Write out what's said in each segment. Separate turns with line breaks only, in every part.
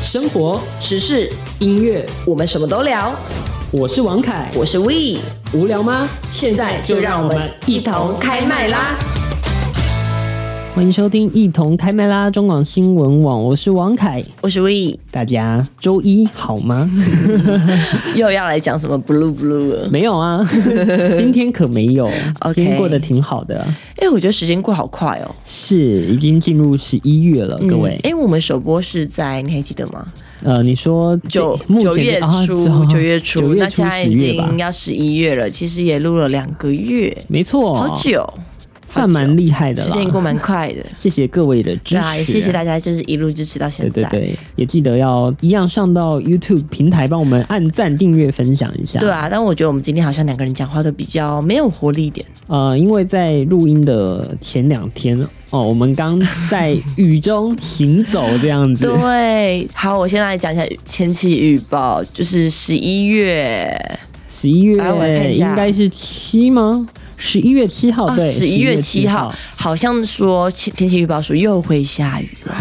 生活，
时事，
音乐，
我们什么都聊。
我是王凯。
我是 We，
无聊吗？
现在就让我们一同开麦啦！
欢迎收听《一同开麦啦》中广新闻网，我是王凯。
我是 We，
大家周一好 吗？
又要来讲什么 Blue Blue 了？
没有 啊，今天可没有，今天过得挺好的，
哎、我觉得时间过好快哦。
是已经进入十一月了，各位
哎、。我们首播是在你还记得吗？
呃，你说
九
这目
九
前
月
啊
初，
九
九月初，
九月
那
初
现在
十
已
月吧
经，要十一月了，其实也录了两个月，
没错，
好久，
算蛮厉害的
时间
啦
过。蛮快 的。
谢谢各位的支持，
对啊，也谢谢大家，就是一路支持到现
对
在。
对对，也记得要一样上到 YouTube 平台帮我们按赞、订阅、分享一下。
对，啊，但我觉得我们今天好像两个人讲话都比较没有活力一点。
呃，因为在录音的前两天哦，我们刚在雨中行走这样子。
对，好，我先来讲一下天气预报，就是十一月，
十一月
哎来我来看一下
应该是七吗？十一月七号，哦对，
哦十一
11
月
7
七号，，好像说天天气预报说又会下雨了。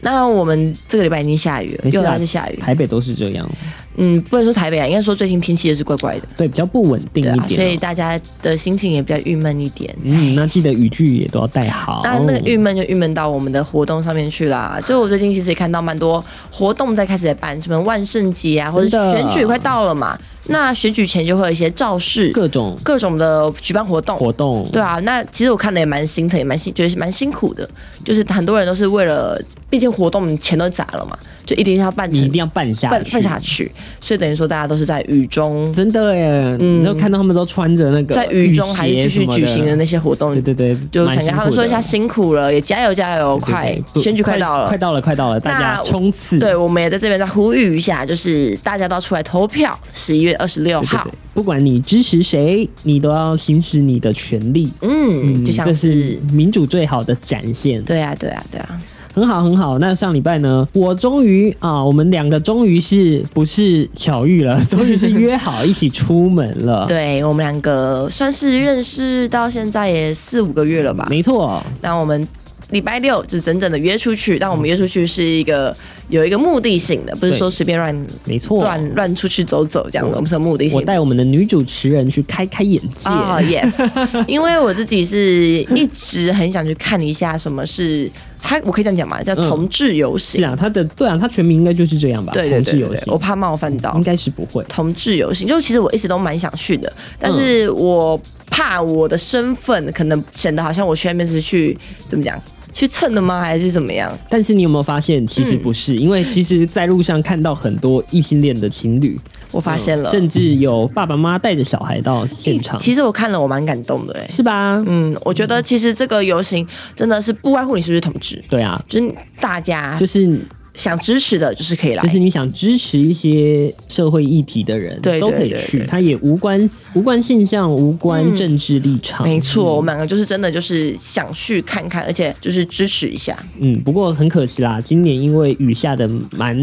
那我们这个礼拜已经下雨了，
没事
又
啊
要是下雨。
台北都是这样，
嗯，不能说台北啊，应该说最近天气也是怪怪的，
对，比较不稳定
对
一
啊，所以
点哦、
大家的心情也比较郁闷一点。
嗯，那记得雨具也都要带好。
那那个郁闷就郁闷到我们的活动上面去啦。就我最近其实也看到蛮多活动在开始在办，什么万圣节啊，或者
真的
选举也快到了嘛。那选举前就会有一些造势，
各种
各种的举办活动。
活动，
对啊，那其实我看的也蛮心疼，也蛮辛，觉得蛮辛苦的。就是很多人都是为了，毕竟活动钱都砸了嘛，就一定要办
你一
成
定要办下
办
去，
办下去。所以等于说大家都是在雨中，
真的耶，你都看到他们都穿着那个
嗯在雨中还是
雨
继
鞋
续
什么
举行的
的，
那些活动
对，对对，
就
蛮
想
辛
跟
苦
他们说一下
的
辛苦了，也加油加油，
对对
快
对
选举快到了
快。到了，快到了，大家冲刺，
对，我们也在这边再呼吁一下，就是大家都要出来投票，十一月二十六
对对
号
对，，不管你支持谁，你都要行使你的权利。
嗯，就像
这
是
是，民主最好的展现，
对啊，对啊，对啊，
很好很好。那上礼拜呢，我终于啊，我们两个终于是不是巧遇 了，终于是约好一起出门了。
对我们两个算是认识到现在也四五个月了吧。
没错，
那我们礼拜六就整整的约出去，但我们约出去是一个有一个目的性的，不是
对
说随便乱
没错，
乱乱出去走走这样的，
我
我们是有目的性
我
的。
带我们的女主持人去开开眼界。
哦、y e s 因为我自己是一直很想去看一下什么是它，我可以这样讲嘛，叫
嗯
同志游行。
是啊，他的对啊，他全名应该就是这样吧？
对对
同志
对对
游
对哦
戏，
我怕冒犯到
应该是不会。
同志游行。就其实我一直都蛮想去的，但是我怕我的身份可能显得好像我去那边是去怎么讲，去蹭的吗？还是怎么样？
但是你有没有发现，其
嗯
实不是，因为其实，在路上看到很多异性恋的情侣，
我发现了，
甚至有爸爸妈妈带着小孩到现场，
嗯其实我看了我蛮感动的哎、
是吧？
嗯，我觉得其实这个游行真的是不外乎你是不是同志，
对啊，
就是大家
就是
想支持的，就是可以来
就。是你想支持一些社会议题的人，
对对
都可以
对
去，
对嗯
他也无关无关性向，无关政治立场，
没错，我们两个就是真的就是想去看看，而且就是支持一下。
嗯，不过很可惜啦，今年因为雨下的蛮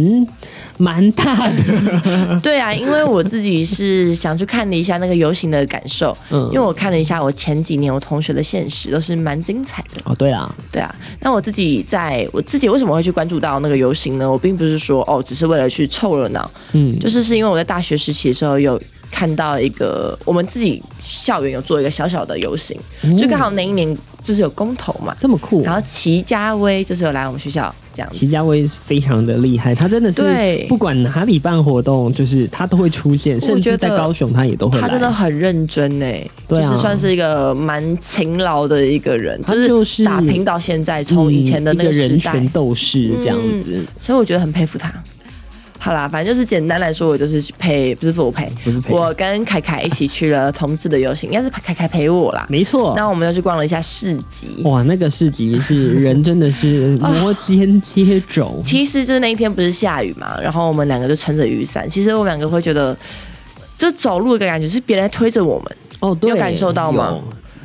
蛮大 的，
对啊，因为我自己是想去看了一下那个游行的感受，
嗯
因为我看了一下我前几年我同学的现实，都是蛮精彩的。
哦，对啦，
对啊，那我自己在我自己为什么会去关注到那个游行呢？我并不是说哦，只是为了去凑热闹，
嗯，
就是是因为我在大学时期的时候有看到一个我们自己校园有做一个小小的游行，
嗯
就刚好那一年就是有公投嘛，
这么酷，啊
然后齐家威就是有来我们学校这样子。
齐家威非常的厉害，他真的
对
是不管哪里办活动，就是他都会出现，
觉得
甚至在高雄他也都会来。
他真的很认真哎、
对啊
就是算是一个蛮勤劳的一个人，
他就
就是打拼到现在，从
嗯
以前的那
一
个
个
时
人
代嗯
权，斗士这样子，
所以我觉得很佩服他。好啦，反正就是简单来说，我就是去陪，不是不我陪，
不是陪
我跟凯凯一起去了同志的游行，应该是凯凯陪我啦。
没错。哦
那我们就去逛了一下市集。
哇，那个市集是人真的是摩肩接踵，
其实就是那一天不是下雨嘛，然后我们两个就撑着雨伞。其实我们两个会觉得，就走路的感觉是别人在推着我们，
哦，对，
有感受到吗
有？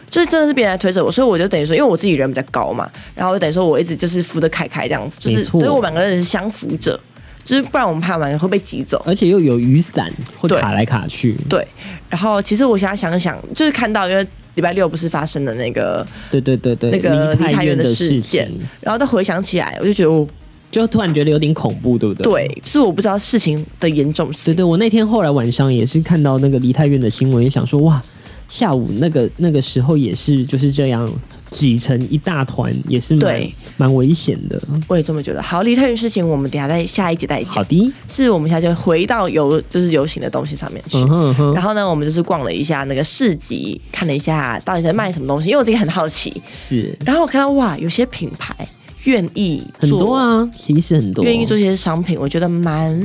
就是真的是别人来推着我，所以我就等于说，因为我自己人比较高嘛，然后就等于说我一直就是扶着凯凯这样子，就
没
是
错
所以我们两个人是相扶着，就是不然我们怕我们两个会被挤走。
而且又有雨伞，会
对
卡来卡去，
对，然后其实我现在想想，就是看到因为礼拜六不是发生的那个，
对对对对，
那个
离
离太
太
远
远
的
的
事
事
件
情，
然后再回想起来，我就觉得哦，
就突然觉得有点恐怖，对不对？
对，所以我不知道事情的严重
对
性。
对，我那天后来晚上也是看到那个梨泰院的新闻，也想说哇，下午那个那个时候也是就是这样挤成一大团，也是蛮
对
蛮危险的。
我也这么觉得。好，离太远事情我们等一下在下一集再
好
讲。
的，
是我们现在就回到游就是游行的东西上面去。
嗯哼嗯哼，
然后呢，我们就是逛了一下那个市集，看了一下到底在卖什么东西，因为我自己很好奇。
是
然后我看到哇，有些品牌愿意
很
做
多啊，其实很多，
愿意做这些商品，我觉得蛮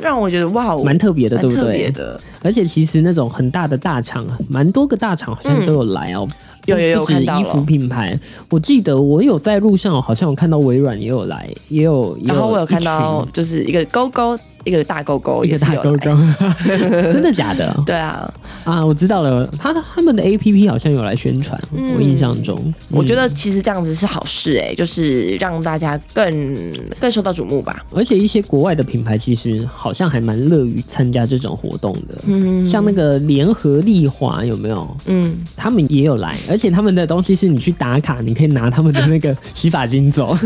让我觉得哇，哦
蛮特别的，
蛮
对不
特别
对？
的。
而且其实那种很大的大厂啊，蛮多个大厂好像都有来哦。
嗯有有有
不止
我看到
衣
了
服品牌，我记得我有在路上，好像有看到微软也有来，也有，也
然后我有
一
看到
群
就是一个勾勾，一个大勾勾，
一个大
也是
勾
有来
勾， 真的假的？
对啊，
啊，我知道了，他他们的 A P P 好像有来宣传，
嗯
我印象中，嗯
我觉
得，
得其实这样子是好事
嗯
哎、就是让大家更更受到瞩目吧。
而且一些国外的品牌其实好像还蛮乐于参加这种活动的，
嗯
像那个联合利华有没有？
嗯，
他们也有来，而且他们的东西是你去打卡，你可以拿他们的那个 洗发精 走。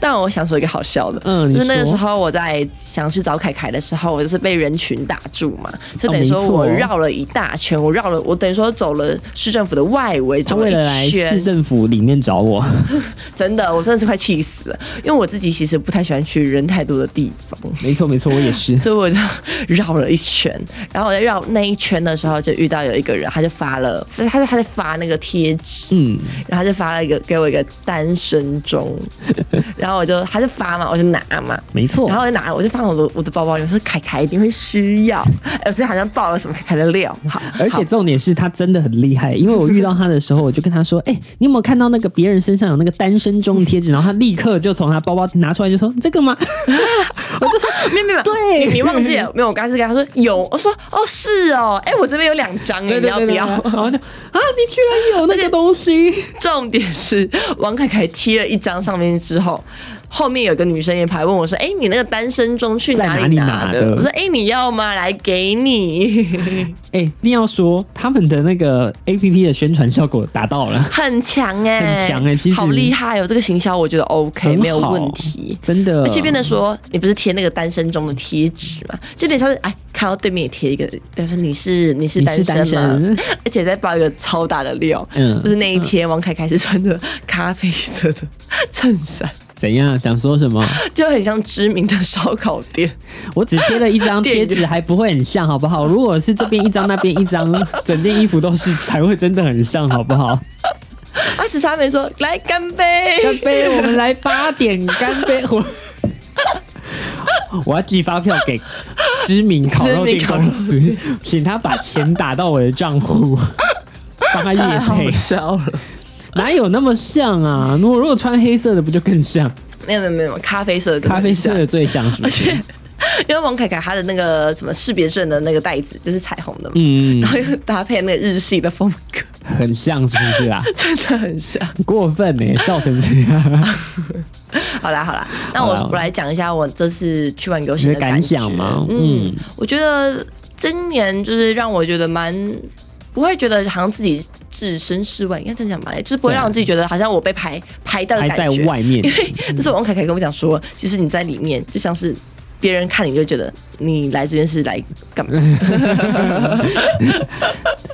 但我想说一个好笑的，
嗯你
就是那个
说
时候我在想去找凯凯的时候，我就是被人群打住嘛，所以等于
哦
说
没错
我绕了一大圈，我绕了，我等于说走了市政府的外围，
他
走了
为了来
一
市
圈，
政府里面找我，
真的，我真的是快气死了，因为我自己其实不太喜欢去人太多的地方。
没错没错，我也是。
所以我就 绕了一圈，然后我在绕那一圈的时候，就遇到有一个人，他就发了，他在他在发那个贴纸，
嗯，
然后他就发了一个给我一个单身 中，然后我就他就发嘛，我就拿嘛，
没错
然。后我就拿了，我就放我的我的包包里，我说凯凯一定会需要，哎，我最近好像爆了什么凯凯的料，好，
而且重点是他真的很厉害，因为我遇到他的时候，我就跟他说：“哎、你有没有看到那个别人身上有那个单身中的贴纸？”然后他立刻就从他包包拿出来，就说：“这个吗？”我就说
没有没有，没有
对
你你忘记了？没有，我刚才是跟他说有，我说哦是哦，哎，我这边有两张，：“哎，
对
你
对
要
对
不
对。”
要
然？后就啊，你居然有那个东西，
重点是王凯凯贴了一张上面之后，后面有个女生也排问我说：“哎、你那个单身中去
在
哪
哪里
拿
拿
的？”
的
我说：“哎、你要吗？来给你，
哎、一定要说他们的那个 A P P 的宣传效果达到了，
很强哎、
很强欸其实
好厉害哦！这个行销我觉得 OK，
很好
没有问题。”
真的。
而且变得说，你不是贴那个单身中的贴纸嘛，就有点像是哎，看到对面也贴一个，表示你是你是
你
单
是
身
单
吗？
身，
而且再爆一个超大的料，
嗯
就是那一天王凯凯是穿着咖啡色的衬衫，
怎样？想说什么？
就很像知名的烧烤 店，
我只贴了一张
电
贴
影
纸，还不会很像，好不好？如果是这边一张，那边一张，整件衣服都是，才会真的很像，好不好？
他啊只差没说来干杯，
干杯，我们来八点干 杯。我我要寄发票给知名烤肉店公司，请他把钱打到我的账 户，帮他
太
夜
好
配。
笑哦了。
哪有那么像啊？如果如果穿黑色的，不就更像？
没有没有没有，咖啡色的真的
咖啡色
很像，
的最像，是不
而
是？
且因为王凯凯他的那个什么识别证的那个袋子就是彩虹的嘛，
嗯，
然后又搭配那个日系的风格，
很像，是不是 啊？
真的很像。
过分呢、笑成这 样。
好啦好啦，那
好
我
啦
我来讲一下我这次去玩游行
你的感
感觉
想吗
嗯，
嗯
我觉得今年就是让我觉得蛮。不会觉得好像自己置身事外，应该这样讲吧，就是不会
对啊
让我自己觉得好像我被排排到的
还
感觉。
在 外面，
那时候王凯凯跟我讲说，其实你在里面就像是别人看你就觉得你来这边是来干 嘛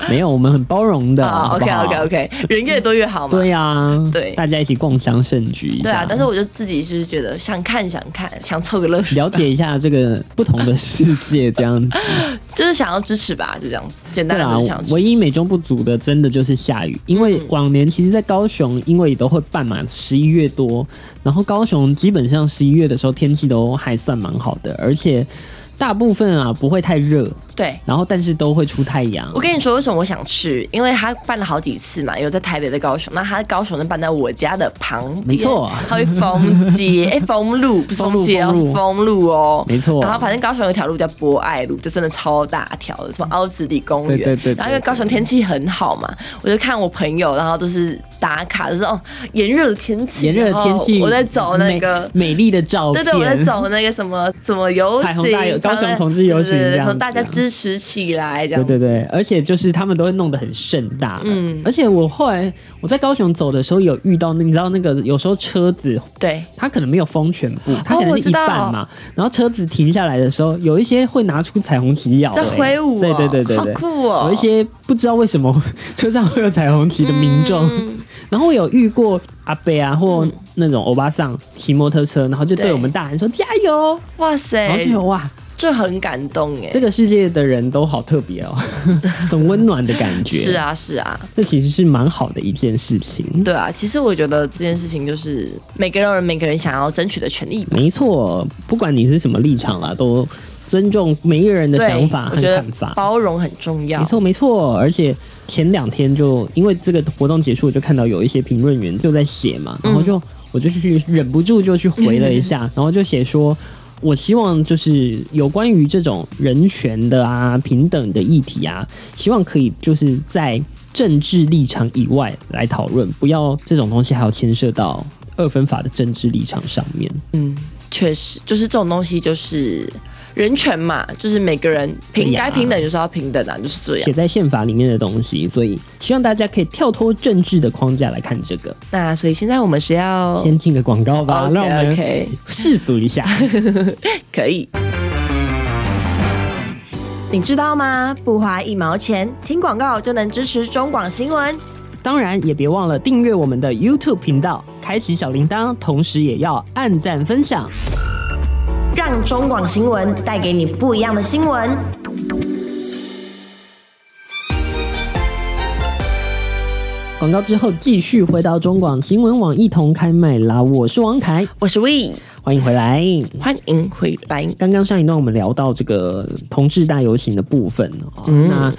没有，我们很包容的。
啊
好不
？OK
好
OK OK，人越多越好嘛。
对呀、啊
对
大家一起共襄盛举一下。
对啊，但是我就自己是觉得想看想看，想凑个热 闹，
了解一下这个不同的世界，这 样子。啊
就是想要支持吧，就这样子，简单
对
的
啊
就是想要，支持。
唯一美中不足的，真的就是下雨，因为往年其实，在高雄，因为也都会办嘛，十一月多，然后高雄基本上十一月的时候天气都还算蛮好的，而且大部分啊不会太热，
对。
然后但是都会出太阳
我。跟你说，为什么我想去？因为他办了好几次嘛，有在台北的高雄，那他高雄的办在我家的旁边，
没错
他会封街， 哎、封路不是
封路
封街哦，
封路
是封路哦，
没错
然后反正高雄有一条路叫博爱路，就真的超大条的，什么凹子底公园。
对对对对
然后因为高雄天气很好嘛，我就看我朋友，然后都是打卡，就是哦炎热的天气，
炎热的天
然
气，
哦后我在找那个。
美美丽的照
对
片，
对，我在找那个什么什么游
彩虹大游
行，
高雄同志游行
对对
这
对
样子啊，
从大家支持起来这样
对
子。
对对，而且就是他们都会弄得很盛大，嗯
嗯，
而且我后来我在高雄走的时候有遇到那，你知道那个有时候车子
对
它可能没有封全部，它可
哦我
能是
知
一
道
半嘛，然后车子停下来的时候，有一些会拿出彩虹旗摇、
在
欸
挥舞哦
对对对对
好
对，
酷哦
有一些不知道为什么 车上会有彩虹旗的民众，
嗯
然后我有遇过阿伯啊或那种欧巴桑骑摩托车，然后就对
对哎
我们大喊说加油，
哇
然后
塞
就，有哇。
这很感动哎
这。个世界的人都好特别哦，很温暖的感觉。
是，啊，是啊，
这其实是蛮好的一件事情。
对啊。其实我觉得这件事情就是每个人有每个人想要争取的权利吧。
没错，不管你是什么立场啦，都尊重每一个人的
对，
想法和
我觉得
看法。
包容很重要
没。错，没错。而且前两天就因为这个活动结束，我就看到有一些评论员就在写嘛，
嗯
然后就、我就去忍不住就去回了一下，然后就写说。我希望就是有关于这种人权的啊、平等的议题啊，希望可以就是在政治立场以外来讨论，不要这种东西还要牵涉到二分法的政治立场上面。
嗯，确实，就是这种东西就是人权嘛，就是每个人
对
平
呀
该平等就是要平等啊，就是这样
写。在宪法里面的东西，所以希望大家可以跳脱政治的框架来看这个。
那所以现在我们是要
先进个广告吧
哦 OK
让我们
OK
世俗一下。
可以。你知道吗？不花一毛钱，听广告就能支持中广新闻。
当然，也别忘了订阅我们的 YouTube 频道，开启小铃铛，同时也要按赞分享。
让中广新闻带给你不一样的新闻。
广告之后继续回到中广新闻网一同开麦啦，我是王凯，
我是 We，
欢迎回来。
欢迎回来。
刚刚上一段我们聊到这个同志大游行的部分哦，
嗯
那。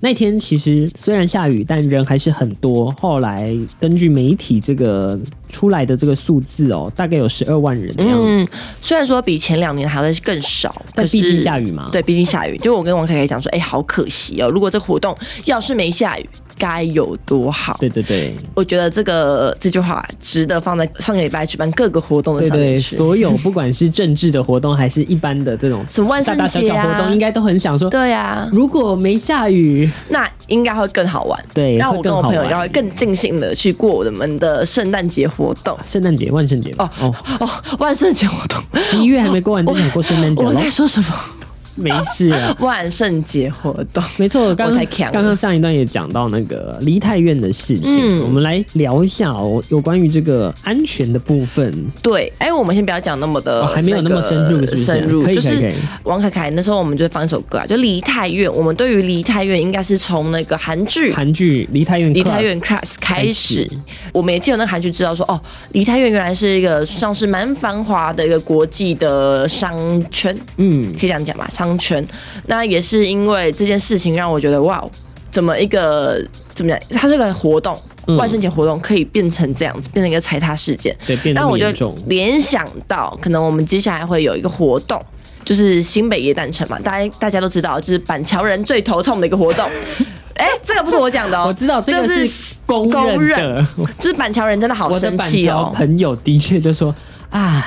那天其实虽然下雨，但人还是很多。后来根据媒体这个出来的这个数字哦，大概有十二万人的样子。
嗯，虽然说比前两年还会更少，
但
可
毕
是
竟下雨嘛
对，毕竟下雨。就我跟王凯凯讲说，哎、好可惜哦，如果这活动要是没下雨，该有多好。
对对对，
我觉得这个这句话值得放在上个礼拜举办各个活动的
对
上面
对，
去。
所有不管是政治的活动，还是一般的这种
什么万圣
大
节
大小
啊，
小活动，应该都很想说，
对啊，
如果没下雨，
那应该会更好玩。
对
让
会
我跟
更
我朋友
好玩
要更尽兴的去过我们的圣诞节活动。
圣诞节、万圣节
哦
哦，
哦，万圣节活动，
十一月还没过完就想过圣诞节
我
了，
在说什么？
没事啊。
万圣节活动，
没错，刚
我
刚
太强了
刚刚上一段也讲到那个梨泰院的事情，
嗯
我们来聊一下哦，有关于这个安全的部分。
对，哎，我们先不要讲那么的、
哦还没有那么深入是不是
深入
可以
就
可以可
是
以
王凯凯那时候我们就放一首歌啊，就梨泰院。我们对于梨泰院应该是从那个韩剧
韩剧《梨泰院 Class》，
梨泰院 class 开始，我们也借由那个韩剧知道说，哦，梨泰院原来是一个像是蛮繁华的一个国际的商圈，
嗯，
可以这样讲吧，商圈。那也是因为这件事情让我觉得，哇，怎么一个怎么讲，它这个活动
嗯。
万圣节活动可以变成这样子，变成一个踩踏事件，
对变得
那我就
严重
联想到，可能我们接下来会有一个活动，就是新北耶诞城嘛，大家大家都知道，就是板桥人最头痛的一个活 动。哎、这个不是我讲的哦，
我知道这个是
是
公
公
认的
认，就是板桥人真的好
我的
生
板
气
桥
哦。
朋友的确就说啊，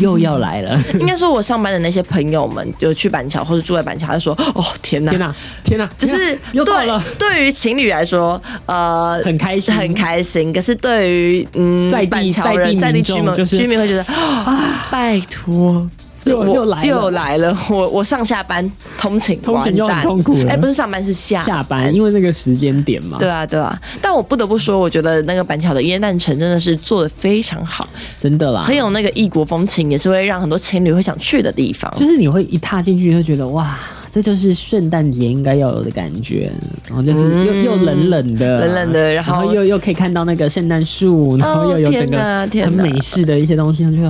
又要来 了，
应该说，我上班的那些朋友们，就去板桥或者住在板桥，就说：“哦，天哪
天！”哪、天哪、
就
天哪
是
又到了，
对对于情侣来说，呃，
很开心
很开心。可是对于嗯
在地
板桥
在地
人在地
民
居
众
民
就是
居民会觉得啊，拜托。
又
我
又来了
又来了！我我上下班通勤，
通勤
完
就很
蛋
痛苦了
哎，不是上班是下
下班，因为那个时间点嘛，
对啊，对啊。但我不得不说，我觉得那个板桥的椰蛋城真的是做的非常好，
真的啦
很。有那个异国风情，也是会让很多情侣会想去的地方。
就是你会一踏进去就觉得哇，这就是圣诞节应该要有的感觉，然后就是又、又冷冷的，
嗯冷冷的
然
然后哦
又又可以看到那个圣诞树，然后又有整个
天哪
很美式的一些东西，然后就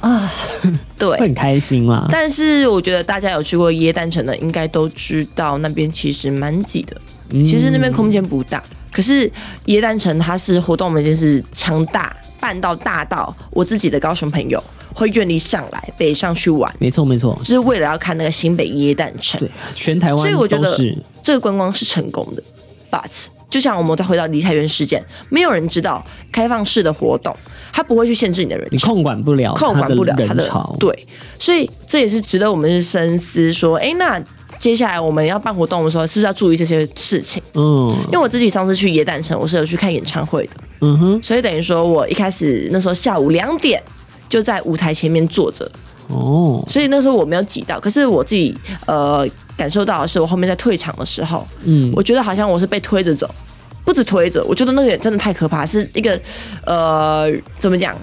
啊会
对。
很开心啦。
但是我觉得大家有去过椰蛋城的，应该都知道那边其实蛮挤的。
嗯
其实那边空间不大，可是椰蛋城它是活动门间是长大办到大到我自己的高雄朋友会愿意上来北上去玩，
没错没错，
就是为了要看那个新北椰蛋城
对。，全台湾
所以我觉
都
得
是
这个观光是成功的，but 就像我们再回到离太原事件，没有人知道开放式的活动，它不会去限制你的人
你
潮。
控管不了
控管不了
它的
它的
人潮，
对，所以这也是值得我们去深思说，哎，那接下来我们要办活动的时候，是不是要注意这些事情？
嗯
因为我自己上次去野诞城，我是有去看演唱会的，
嗯哼，
所以等于说我一开始那时候下午两点就在舞台前面坐着，
哦，
所以那时候我没有挤到，可是我自己呃感受到的是，我后面在退场的时候，
嗯，
我觉得好像我是被推着走，不止推着，我觉得那个也真的太可怕，是一个呃怎么讲，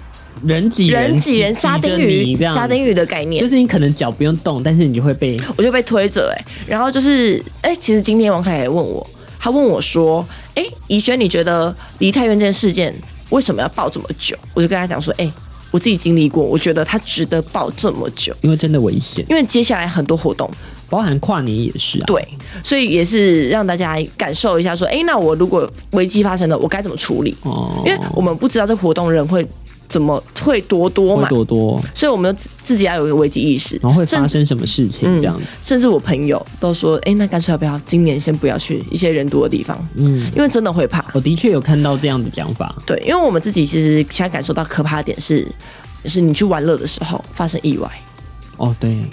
人挤
人挤人沙丁鱼
这样，
沙丁鱼的概念
就，是你可能脚不用动，但是你就会被
我就被推着哎、然后就是哎、其实今天王凯也问我，他问我说，哎、怡轩，你觉得梨泰院这件事件为什么要报这么久？我就跟他讲说，哎、我自己经历过，我觉得他值得报这么久，
因为真的危险，
因为接下来很多活动，
包含跨年也是啊，
对，所以也是让大家感受一下说，哎、那我如果危机发生了，我该怎么处理？
哦，
因为我们不知道这个活动人会怎么会多多
会
嘛，
多多，
所以我们自自己要有一个危机意识，
然后会
甚
发生什么事情
嗯
这样子，
甚至我朋友都说，哎、那干脆要不要今年先不要去一些人多的地方，
嗯，
因为真的会怕。
我的确有看到这样的讲法，
对，因为我们自己其实现在感受到可怕的点是，是你去玩乐的时候发生意外，
哦，对，
因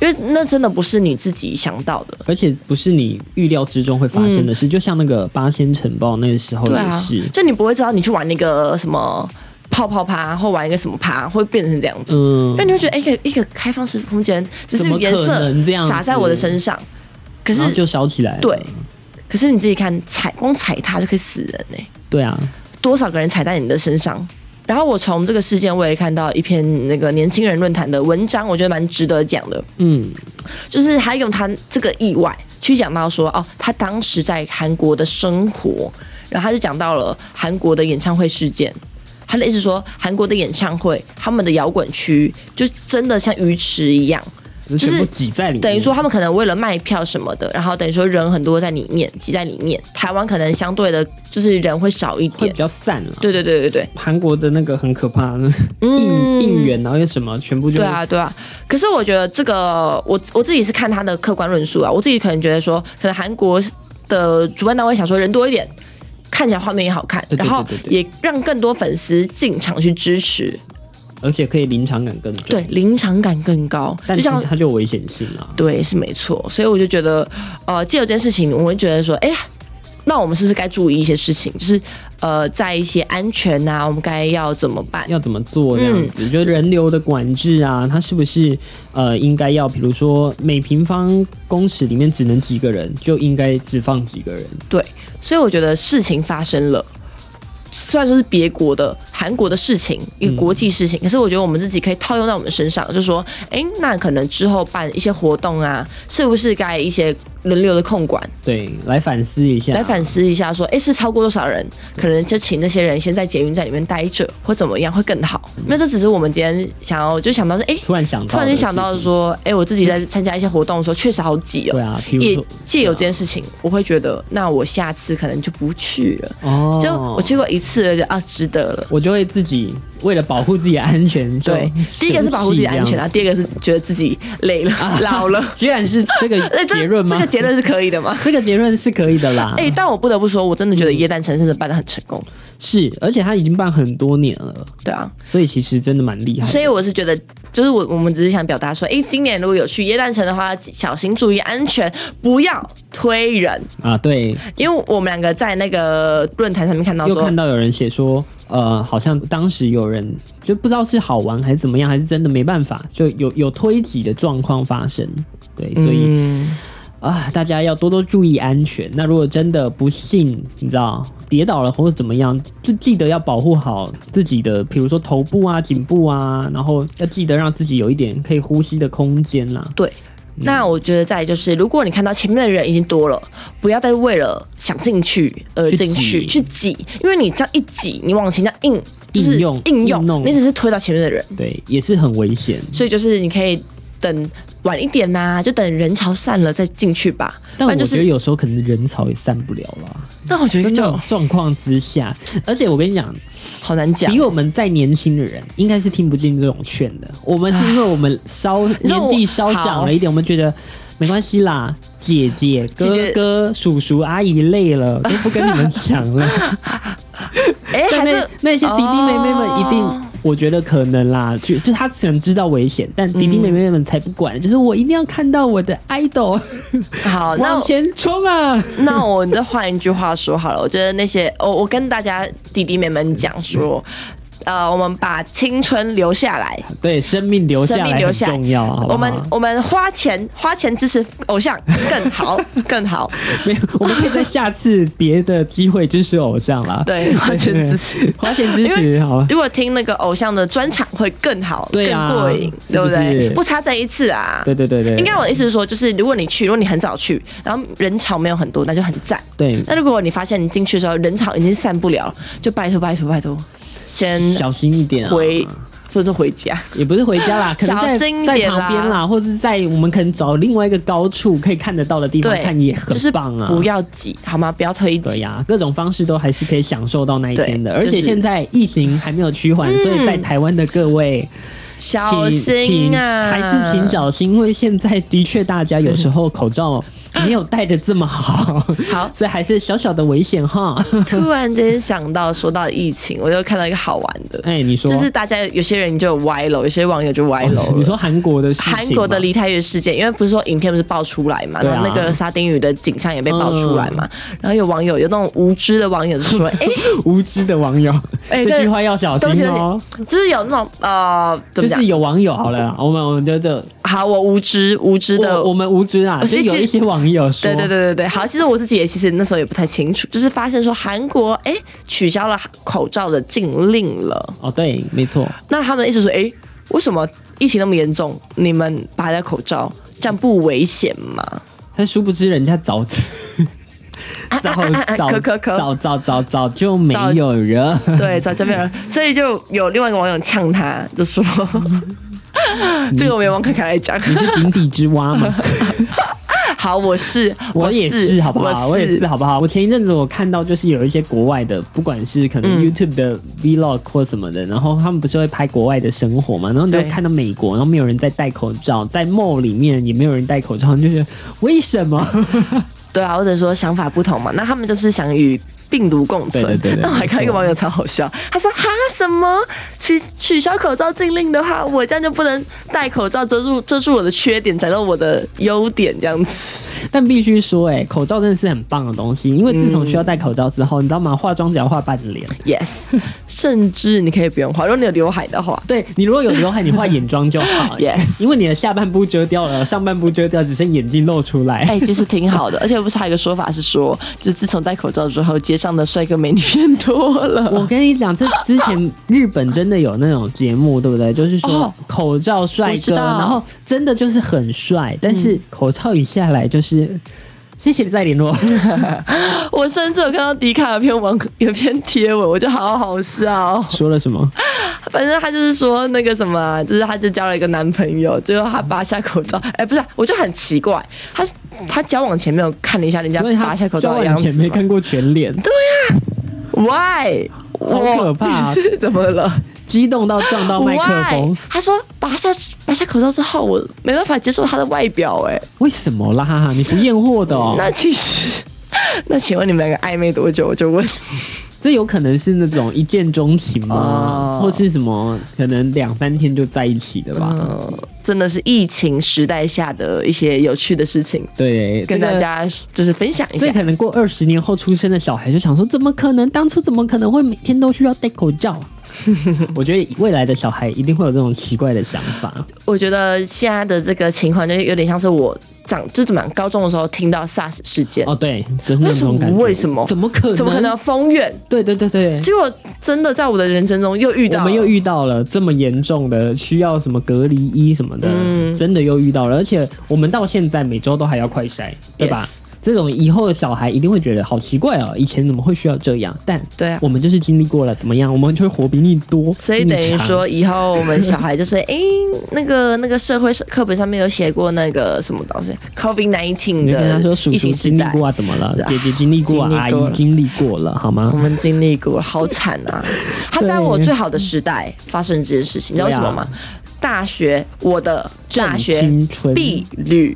为那真的不是你自己想到的。
而且不是你预料之中会发生的事，就像那个八仙城堡那个时候
嗯对
哦也
啊
是，，
就你不会知道你去玩那个什么泡泡趴或玩一个什么趴会变成这样子。
嗯
因为，你会觉得，哎、一个一个开放式空间，只是
怎么
颜
可
色
能这样
洒在
子
我的身上，可
然
是
后就烧起来了，
对可是你自己看，踩光踩它就可以死人欸呢、
对啊，
多少个人踩在你的身上。然后我从这个事件，我也看到一篇那个年轻人论坛的文章，我觉得蛮值得讲的，
嗯，
就是他用他这个意外去讲到说，哦，他当时在韩国的生活，然后他就讲到了韩国的演唱会事件。他的意思说，韩国的演唱会，他们的摇滚区就真的像鱼池一样，
就是全部挤在里面，
等于说他们可能为了卖票什么的，然后等于说人很多在里面挤在里面。台湾可能相对的，就是人会少一
会
点
比。较散了。
对对对对对，
韩国的那个很可怕，那应应援然后又什么，全部就
对啊，对啊。可是我觉得这个，我我自己是看他的客观论述啊，我自己可能觉得说，可能韩国的主办单位想说人多一点，看起来画面也好看，
对对对
然后
对对
也让更多粉丝进场去支持，
而且可以临场感更重。
对，，临场感更高。
但
就
其
像
实它就有危险性啊。
对，是没错。所以我就觉得，呃，借由这件事情，我会觉得说，哎呀，那我们是不是该注意一些事情？就是呃，在一些安全啊，我们该要怎么办？
要怎么做
嗯
这样子？就人流的管制啊，它是不是呃应该要，比如说每平方公尺里面只能几个人，就应该只放几个人？
对，所以我觉得事情发生了。虽然说是别国的韩国的事情，一个国际
嗯
事情，可是我觉得我们自己可以套用在我们身上，就是说，哎、那可能之后办一些活动啊，是不是该一些人流的控管，
对，来反思一下。
来反思一下，说，哎、是超过多少人？可能就请那些人先在捷运站里面待着，或怎么样会更好。
嗯
那这只是我们今天想要就想到是，哎、
突然想到，
突然间想到，说，哎、我自己在参加一些活动的时候，确实好挤哦、
对啊，比如
也
说
借由这件事情，我会觉得，那我下次可能就不去了。
哦，
就我去过一次，我就觉得啊，值得了。
我就会自己为了保护自己的安全， 就
对，第一个是保护自己的安
生
全
气这样
啊，第二个是觉得自己 累了、老了。
居然是这个
哎这
结论吗？
这个结论是可以的吗？
这个结论是可以的啦。
哎、但我不得不说，我真的觉得耶诞城真的办得很成功。
嗯是，而且他已经办很多年了，
对啊，
所以其实真的蛮厉害的。
所以我是觉得，就是我我们只是想表达说，哎、今年如果有去耶诞城的话，小心注意安全，不要推人。
啊，对，
因为我们两个在那个论坛上面看到
又
说
看，到有人写说，呃，好像当时有人就不知道是好玩还是怎么样，还是真的没办法，就有有推挤的状况发生。对，所以。
嗯，
啊，大家要多多注意安全。那如果真的不幸，你知道跌倒了或者怎么样，就记得要保护好自己的，比如说头部啊、颈部啊，然后要记得让自己有一点可以呼吸的空间啦。
对。
嗯
那我觉得再来就是，如果你看到前面的人已经多了，不要再为了想进去而进去
去
去挤，因为你这样一挤，你往前这样硬，就是
硬用
硬
硬弄
用，你只是推到前面的人，
对，也是很危险。
所以就是你可以等晚一点呐、就等人潮散了再进去吧。
但
不然
我
就
觉得
是，
有时候可能人潮也散不了啦。
那我觉得
真
就
的状况之下，而且我跟你讲，
好难 讲
比。我们再年轻的人，应该是听不进这种劝的。我们是因为我们稍
啊你说
年
我
纪稍长了一点，我们觉得没关系啦，姐姐、哥
姐姐
哥、叔叔、阿姨累了，都不跟你们讲 了。
哎、
但
还
那
是
那些弟弟妹妹们一定，
哦
我觉得可能啦，就就他可能知道危险，但弟弟妹妹们才不管，
嗯
就是我一定要看到我的 idol
好，哦那
往
我
前冲啊！
那我再换一句话说好了，我觉得那些我、我跟大家弟弟妹们讲说，呃，我们把青春留下来，
对，生命留下
生命
来
留
很
下来
重要，好不好
我们我们花钱花钱支持偶像 更好更好，
没有，我们可以在下次别的机会支持偶像 啦。
对，花钱支持。
花钱支
因
持，好吧？
如果听那个偶像的专场会更好，
对啊
更过瘾，
是不
对不对？
是
不差这一次啊。
对对对对，
应该我的意思是说，就是如果你去，如果你很早去，然后人潮没有很多，那就很赞。
对
那如果你发现你进去的时候人潮已经散不了，就拜托拜托拜托，先
小心一点啊，
回或者是回家。
也不是回家啦，可能在
嗯小心一
在
点啦
旁边啦，或者在我们可能找另外一个高处可以看得到的地方
对，
看也很
就是
棒啊。
不要挤，好吗？不要推
对
挤。
呀、各种方式都还是可以享受到那一天的，
对
而且
就是
现在疫情还没有趋缓，所以在台湾的各位，
嗯小
请
心啊！
请还是请小心，因为现在的确大家有时候口 罩没有戴的这么好，
好
所以还是小小的危险哈。
突然间想到，说到疫情，我就看到一个好玩的，
哎，你说，哦
就是大家有些人就歪了，有些网友就歪了。
你说韩国的事情吗，
韩国的梨泰院事件，因为不是说影片不是爆出来嘛，
对啊
然后那个沙丁鱼的景象也被爆出来嘛，然后有网友有那种无知的网友就说，哎、
无知的网友，
哎
这
对
句话要小
东西
心哦。
就是有那种呃，
就
怎么讲
是？有网友好了啦，我们我们就这，
好，我无知无知的
我我们无知啊，
我
就是有一些网友说，
对对对对对，好，其实我自己也其实那时候也不太清楚，就是发现说韩国哎取消了口罩的禁令了，
哦对，没错，
那他们的意思说，哎，为什么疫情那么严重，你们拔了口罩，这样不危险吗？
但殊不知人家早
啊
早早
咳咳咳
早早早早就没有了。
对，在这边，
嗯
所以就有另外一个网友呛他，就说。
嗯
这个我没往凯凯来讲。
你是井底之蛙吗？
好，我是，
我也是，好不好？我
我
也
是
是，好不好？我前一阵子我看到，就是有一些国外的，不管是可能
嗯
YouTube 的 Vlog 或什么的，然后他们不是会拍国外的生活嘛？然后你就
对
看到美国，然后没有人在戴口罩，在 mall 里面也没有人戴口罩，你就是为什 么？
对啊，或者说想法不同嘛，那他们就是想与病毒共存。
对对对对
那我还看一个网友超好笑，他说：“哈什么取取消口罩禁令的话，我这样就不能戴口罩遮住遮住我的缺点，展露我的优点这样 子。
但必须说、哎，口罩真的是很棒的东西，因为自从需要戴口罩之后，你知道吗？化妆只要化半脸。
”Yes，甚至你可以不用画，如果你有刘海的话。
对你如果有刘海，你化眼妆就好
Yes
因为你的下半部遮掉了，上半部遮掉，只剩眼睛露出来。
哎、其实挺好的，而 且不是还有一个说法是说，就自从戴口罩之后，街上的帅哥美女变多了。
我跟你讲，这之前日本真的有那种节目，对不对？就是说
哦
口罩帅
我
哥，
知道嗯
然后真的就是很帅，但是口罩一下来就是。谢谢再联 络，
我甚至有看到迪卡有篇网有篇贴文，我就好好笑。
说了什么？
反正她就是说那个什么啊，就是她就交了一个男朋友，最后她拔下口罩，
嗯
哎、不是啊，我就很奇怪，她她交往前没有看了一下人家
所以他
拔下口
交
罩的
往
样子
前没看过全脸，
，why？
好
我
可怕啊
你是怎么了
激动到撞到麦克风
？Why？，她说拔下拔下口罩之后，我没办法接受她的外表、哎、
为什么啦？你不验货的哦？
那其实。 那请问你们两个暧昧多久？我就问，
这有可能是那种一见钟情吗？
哦
或是什么？可能两三天就在一起的吧？
嗯呃真的是疫情时代下的一些有趣的事情，
对，
跟
这个
大。家就是分享一下
这。可能过二十年后出生的小孩就想说，怎么可能？当初怎么可能会每天都需要戴口罩？ 我觉得未来的小孩一定会有这种奇怪的想 法。
我觉得现在的这个情况就有点像是我长就怎么样，高中的时候听到 SARS 事件，
哦，对，就是那种感觉。
为什么为什么
怎么可能？
怎么可能？封院？
对对对对，
结果真的在我的人生中又遇到，
我们又遇到了这么严重的，需要什么隔离衣什么的，
嗯
真的又遇到了。而且我们到现在每周都还要快筛，对吧
Yes
这种以后的小孩一定会觉得好奇怪哦，以前怎么会需要这样？但
对啊
我们就是经历过了，怎么样？我们就会活比你多，
所以
比你
等于
长
说，以后我们小孩就是， 哎、那个那个社会课本上面有写过那个什么东西，COVID
你
nineteen
就跟他说：“
的
叔
疫
叔
情时
经历
代，
过啊，怎么了？
啊
姐姐经历过啊，阿
经历过
姨
了
经历过了，好
我
吗
们经历过，好惨 啊！他在我最好的时代发生这件事情，你知道为什么吗？大学，我的？”大学
啊青春
毕旅，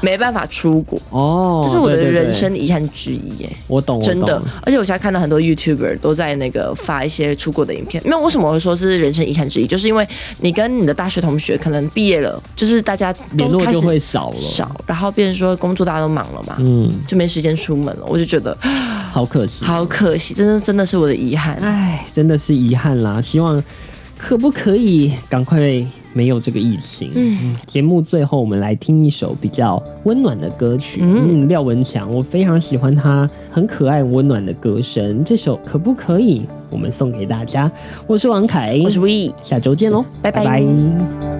没办法出国，
哦，
这是我的
对对对
人生遗憾之一耶。
我懂，我
真的
懂，
而且我现在看到很多 YouTuber 都在那个发一些出国的影片。没有，为什么我会说是人生遗憾之一？就是因为你跟你的大学同学可能毕业了，就是大家
联
都
络
开
就
始
会少了，
少，然后变成说工作大家都忙了嘛，
嗯，
就没时间出门了。我就觉得
好可惜，
好可惜，真的真的是我的遗憾。
唉，真的是遗憾啦。希望可不可以赶快没有这个疫情？嗯，节目最后我们来听一首比较温暖的歌曲。嗯，廖文强，我非常喜欢他很可爱温暖的歌声。这首可不可以？我们送给大家。我是王凯，
我是 We。
下周见喽，
拜拜
拜